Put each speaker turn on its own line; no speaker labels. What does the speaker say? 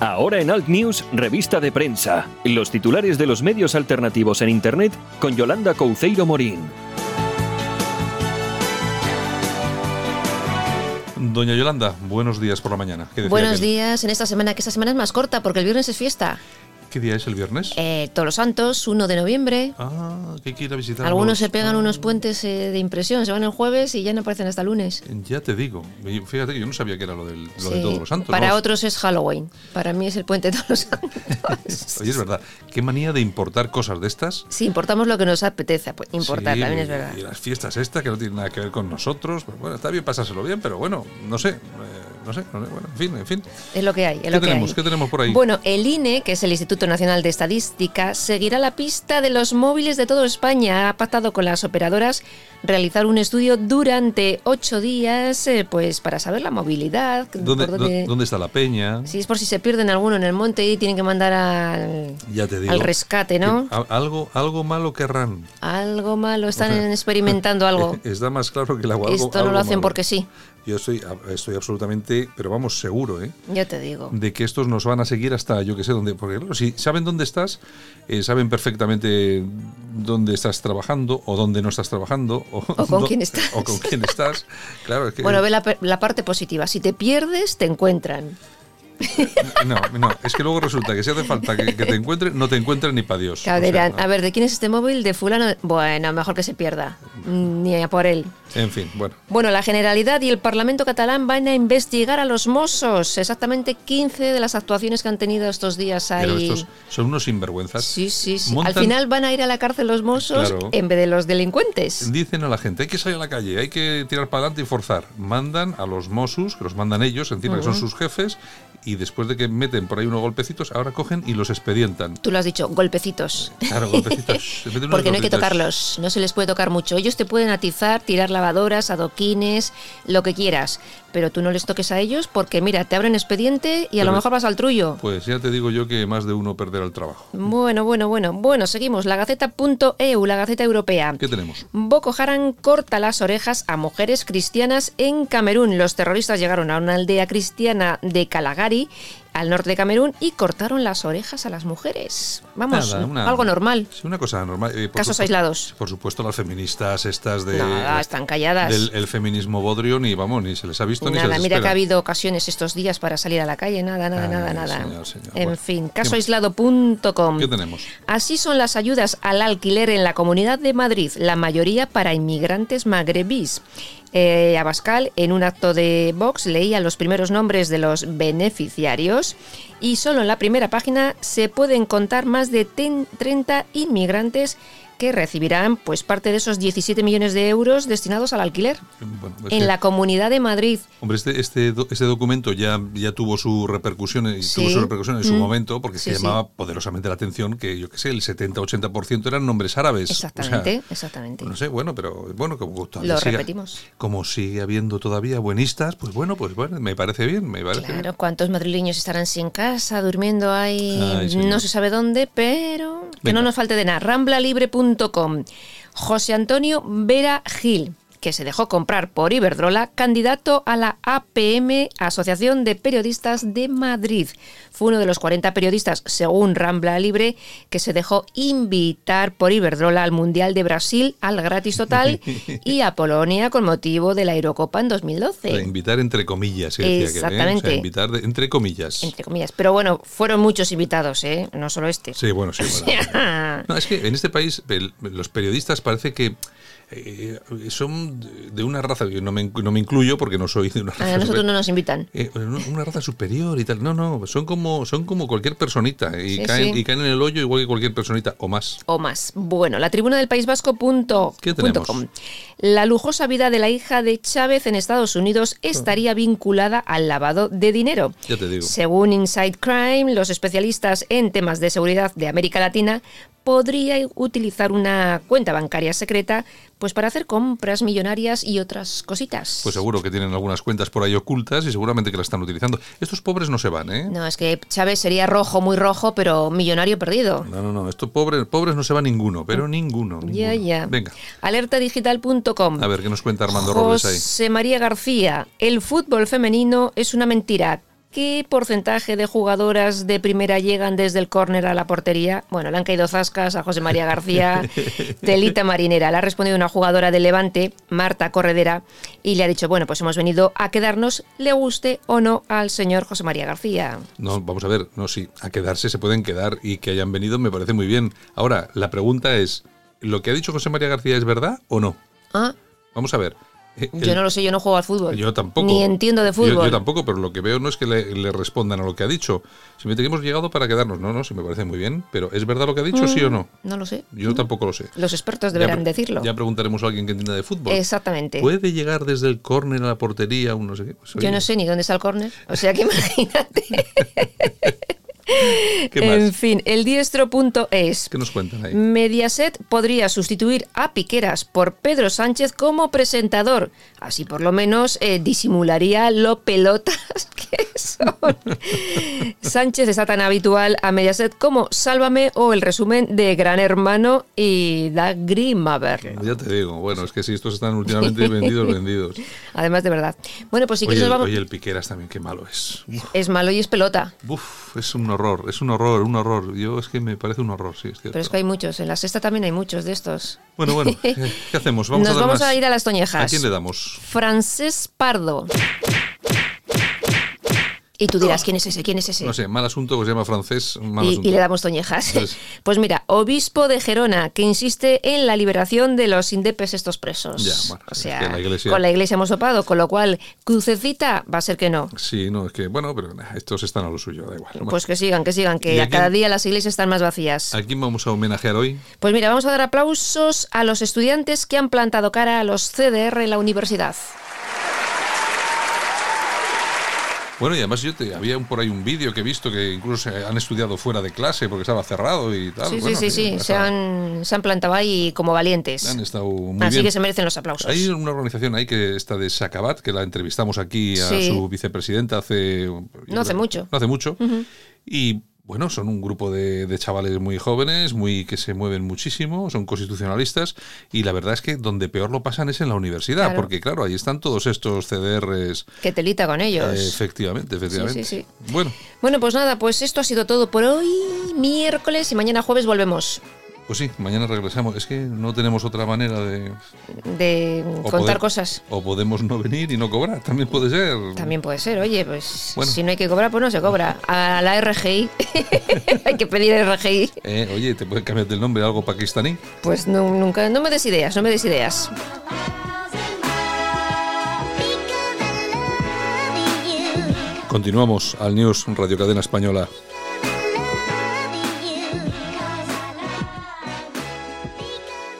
Ahora en Alt News, revista de prensa. Los titulares de los medios alternativos en Internet con Yolanda Couceiro Morín.
Doña Yolanda, buenos días por la mañana. ¿Qué decía
Buenos
aquel?
días en esta semana, que esta semana es más corta porque el viernes es fiesta.
¿Qué día es el viernes?
Eh, Todos los Santos, 1 de noviembre.
Ah, que hay que ir a visitar.
Algunos
los-
se pegan
Ah,
unos puentes eh, de impresión, se van el jueves y ya no aparecen hasta lunes.
Ya te digo. Y Fíjate que yo no sabía que era lo, del, lo de
Sí.
todos los santos.
Para
vamos.
otros es Halloween, para mí es el puente de Todos los Santos.
Oye, es verdad. Qué manía de importar cosas de estas.
Sí, importamos lo que nos apetece ap- importar,
Sí,
también es verdad.
Y las fiestas estas que no tienen nada que ver con nosotros. Pues bueno, está bien pasárselo bien, pero bueno, no sé. eh, no sé, no sé, bueno, en fin, en fin.
Es lo que hay. es
¿Qué
lo que
tenemos?
hay.
¿Qué tenemos por ahí?
Bueno, el INE, que es el Instituto Nacional de Estadística, seguirá la pista de los móviles de toda España. Ha pactado con las operadoras realizar un estudio durante ocho días, eh, pues para saber la movilidad.
¿Dónde,
por
dó- dónde está la peña?
Si es por si se pierden alguno en el monte y tienen que mandar al,
Ya te digo.
al rescate, ¿no?
Al- Algo, algo malo querrán.
Algo malo, están
O sea,
experimentando algo.
eh, Está más claro que el agua.
Esto no lo hacen porque sí,
Yo estoy, estoy absolutamente, pero vamos, seguro, ¿eh?
yo te digo.
De que estos nos van a seguir hasta yo que sé dónde. Porque claro, si saben dónde estás, eh, saben perfectamente dónde estás trabajando o dónde no estás trabajando. O,
con
dó-
quién estás.
O con quién estás. Claro, es que.
Bueno, ve la, pe- la parte positiva. Si te pierdes, te encuentran.
No, no, es que luego resulta que si hace falta que, que te encuentren, no te encuentren ni para Dios.
Claro,
O sea,
dirán,
no.
a ver, ¿de quién es este móvil? ¿De fulano? Bueno, mejor que se pierda. Mm, Ni a por él.
En fin, bueno.
Bueno, la Generalidad y el Parlamento catalán van a investigar a los mozos. Exactamente 15 de las actuaciones que han tenido estos días
Pero
ahí.
estos son unos sinvergüenzas.
Sí, sí, sí.
Montan-
Al final van a ir a la cárcel los mozos
Claro.
en vez de los delincuentes.
Dicen a la gente, hay que salir a la calle, hay que tirar para adelante y forzar. Mandan a los Mossos, que los mandan ellos, encima que son sus jefes, y después de que meten por ahí unos golpecitos, ahora cogen y los expedientan.
Tú lo has dicho, golpecitos.
Claro, golpecitos. Se meten unos
Porque no hay que
golpecitos.
tocarlos, no se les puede tocar mucho. Ellos te pueden atizar, tirar lavadoras, adoquines, lo que quieras. Pero tú no les toques a ellos porque, mira, te abren expediente y a
Pero-
lo mejor vas al trullo.
Pues ya te digo yo que más de uno perderá el trabajo.
Bueno, bueno, bueno. Bueno, seguimos. La Gaceta.eu, la Gaceta Europea.
¿Qué tenemos?
Boko Haram corta las orejas a mujeres cristianas en Camerún. Los terroristas llegaron a una aldea cristiana de Calagari, al norte de Camerún, y cortaron las orejas a las mujeres. Vamos,
Nada, una-
algo normal.
Sí, una cosa normal. Eh, por
Casos
supuesto-
aislados.
Por supuesto, las feministas estas de...
Nada, están calladas.
Del el feminismo bodrio, ni vamos, ni se les ha visto, ni se
Nada,
les
mira que ha
espera.
habido ocasiones estos días para salir a la calle, nada, nada,
Ay,
nada, nada.
señor, señor.
En
Bueno,
fin,
¿qué más?
casoaislado.com.
¿Qué tenemos?
Así son las ayudas al alquiler en la Comunidad de Madrid, la mayoría para inmigrantes magrebís. Eh, Abascal, en un acto de Vox, leía los primeros nombres de los beneficiarios y solo en la primera página se pueden contar más de 10 30 inmigrantes que recibirán pues parte de esos 17 millones de euros destinados al alquiler
Bueno, es que-
en la Comunidad de Madrid.
Hombre, este, este, do- este documento ya, ya tuvo su repercusión y
Sí.
tuvo su repercusión en su
Mm.
momento porque se
Sí, sí.
llamaba poderosamente la atención que yo qué sé, el 70-80% eran nombres árabes. O sea,
Exactamente, exactamente.
no sé, bueno, pero bueno, como todavía
Lo
siga-
repetimos.
Como sigue habiendo todavía buenistas, pues bueno, pues bueno, me parece bien, me parece bien.
Claro, ¿cuántos madrileños estarán sin casa, durmiendo ahí,
Ay, señor.
no se sabe dónde, pero que
Venga.
no nos falte de nada. Ramblalibre.com. José Antonio Vera Gil, que se dejó comprar por Iberdrola, candidato a la APM, Asociación de Periodistas de Madrid. Fue uno de los 40 periodistas, según Rambla Libre, que se dejó invitar por Iberdrola al Mundial de Brasil, al gratis total, y a Polonia con motivo de la Eurocopa en 2012.
O sea, invitar entre comillas, se decía que, ¿eh? O sea,
Exactamente.
invitar de- entre comillas.
entre comillas. Pero bueno, fueron muchos invitados, ¿eh? No solo este. Ah,
Sí, bueno, sí, bueno. No, es que en este país el- los periodistas parece que eh, son de una raza, yo no me, inclu- no me incluyo porque no soy de una raza.
A nosotros
super-
no nos invitan.
eh, una raza superior y tal. No, no, son como, son como cualquier personita y,
Sí,
caen,
sí.
y caen en el hoyo igual que cualquier personita o más.
O más. Bueno, la tribuna del País Vasco punto-
¿Qué
punto
tenemos?
com. La lujosa vida de la hija de Chávez en Estados Unidos estaría vinculada al lavado de dinero.
Ya te digo.
Según Inside Crime, los especialistas en temas de seguridad de América Latina podría utilizar una cuenta bancaria secreta pues para hacer compras millonarias y otras cositas.
Pues seguro que tienen algunas cuentas por ahí ocultas y seguramente que la están utilizando. Estos pobres no se van, ¿eh?
No, es que Chávez sería rojo, muy rojo, pero millonario perdido.
No, no, no. Estos pobres, pobres no se va ninguno, pero ninguno.
Ya,
ninguno.
ya.
Venga,
Alertadigital.com.
a ver qué nos cuenta Armando Robles ahí.
José María García, el fútbol femenino es una mentira. ¿Qué porcentaje de jugadoras de primera llegan desde el córner a la portería? Bueno, le han caído zascas a José María García, Telita Marinera. Le ha respondido una jugadora de Levante, Marta Corredera, y le ha dicho, bueno, pues hemos venido a quedarnos, le guste o no al señor José María García.
No, vamos a ver, no, sí, a quedarse se pueden quedar y que hayan venido me parece muy bien. Ahora, la pregunta es, ¿lo que ha dicho José María García es verdad o no?
Ah,
Vamos a ver. eh,
yo
el-
no lo sé, yo no juego al fútbol.
Yo tampoco.
Ni entiendo de
Yo-
fútbol.
Yo, tampoco, pero lo que veo no es que le, le respondan a lo que ha dicho. Simplemente que hemos llegado para quedarnos. No, no, sí me parece muy bien, pero ¿es verdad lo que ha dicho, sí o no?
No lo sé.
Yo tampoco lo sé.
Los expertos
Ya
Mm. Pues deberán
pre-
decirlo.
Ya preguntaremos a alguien que entienda de fútbol.
Exactamente.
¿Puede llegar desde el córner a la portería un no sé qué? Pues,
Yo
oye,
no sé ni dónde está el córner. O sea que imagínate.
¿Qué más?
En fin, el diestro punto es.
¿Qué nos cuentan ahí?
Mediaset podría sustituir a Piqueras por Pedro Sánchez como presentador. Así por lo menos eh, disimularía lo pelotas que son. Sánchez está tan habitual a Mediaset como Sálvame o el resumen de Gran Hermano y da grima verlo.
Eh, Ya te digo, bueno, es que si estos están últimamente vendidos, vendidos.
Además de verdad. Bueno, pues si
Oye,
quieres nos
el,
vamos.
oye, el Piqueras también, qué malo es.
Es malo y es pelota.
Uf, es un horror, es un horror, un horror. Yo es que me parece un horror, sí, es cierto.
Pero es que hay muchos. En la sexta también hay muchos de estos.
Bueno, bueno, eh, ¿qué hacemos? Vamos
Nos
a dar
vamos
más.
a ir a las toñejas.
¿A quién le damos?
Francés Pardo. Y tú dirás, ¿quién es ese? ¿Quién es ese?
No sé, mal asunto que se llama francés. Mal
y,
asunto.
y le damos toñejas.
Pues-
Pues mira, obispo de Gerona, que insiste en la liberación de los indepes estos presos.
Ya, bueno,
o
es
sea,
que la iglesia-
con la iglesia hemos topado, con lo cual, crucecita, va a ser que no.
Sí, no, es que, bueno, pero nah, estos están a lo suyo, da igual. Bueno,
Pues que sigan, que sigan,
¿Y
que
a
a cada
quién?
día las iglesias están más vacías.
¿A quién vamos a homenajear hoy?
Pues mira, vamos a dar aplausos a los estudiantes que han plantado cara a los CDR en la universidad.
Bueno, y además yo te, había un- por ahí un vídeo que he visto que incluso se han estudiado fuera de clase porque estaba cerrado y tal.
sí,
Bueno,
sí, sí, sí, se
estaba-
han, se han plantado ahí como valientes.
han estado muy
Así
bien.
que se merecen los aplausos.
Hay una organización ahí que está de Sacabat, que la entrevistamos aquí a
Sí.
su vicepresidenta hace... yo
hace
creo-
mucho.
No hace mucho. Y bueno, son un grupo de, de chavales muy jóvenes, muy que se mueven muchísimo, son constitucionalistas y la verdad es que donde peor lo pasan es en la universidad,
Claro.
porque claro, ahí están todos estos CDRs.
Que telita con ellos.
Eh, Efectivamente, efectivamente.
sí.
Bueno,
bueno, pues nada, pues esto ha sido todo por hoy, miércoles y mañana jueves volvemos
pues sí, mañana regresamos. Es que no tenemos otra manera de...
de
o
contar
poder-
cosas.
O podemos no venir y no cobrar, también puede ser.
También puede ser, oye, pues
Bueno.
si no hay que cobrar, pues no se cobra. A la RGI, hay que pedir RGI.
Eh, oye, ¿te pueden cambiar el nombre a algo pakistaní?
Pues no, nunca, no me des ideas, no me des ideas.
Continuamos al News Radio Cadena Española.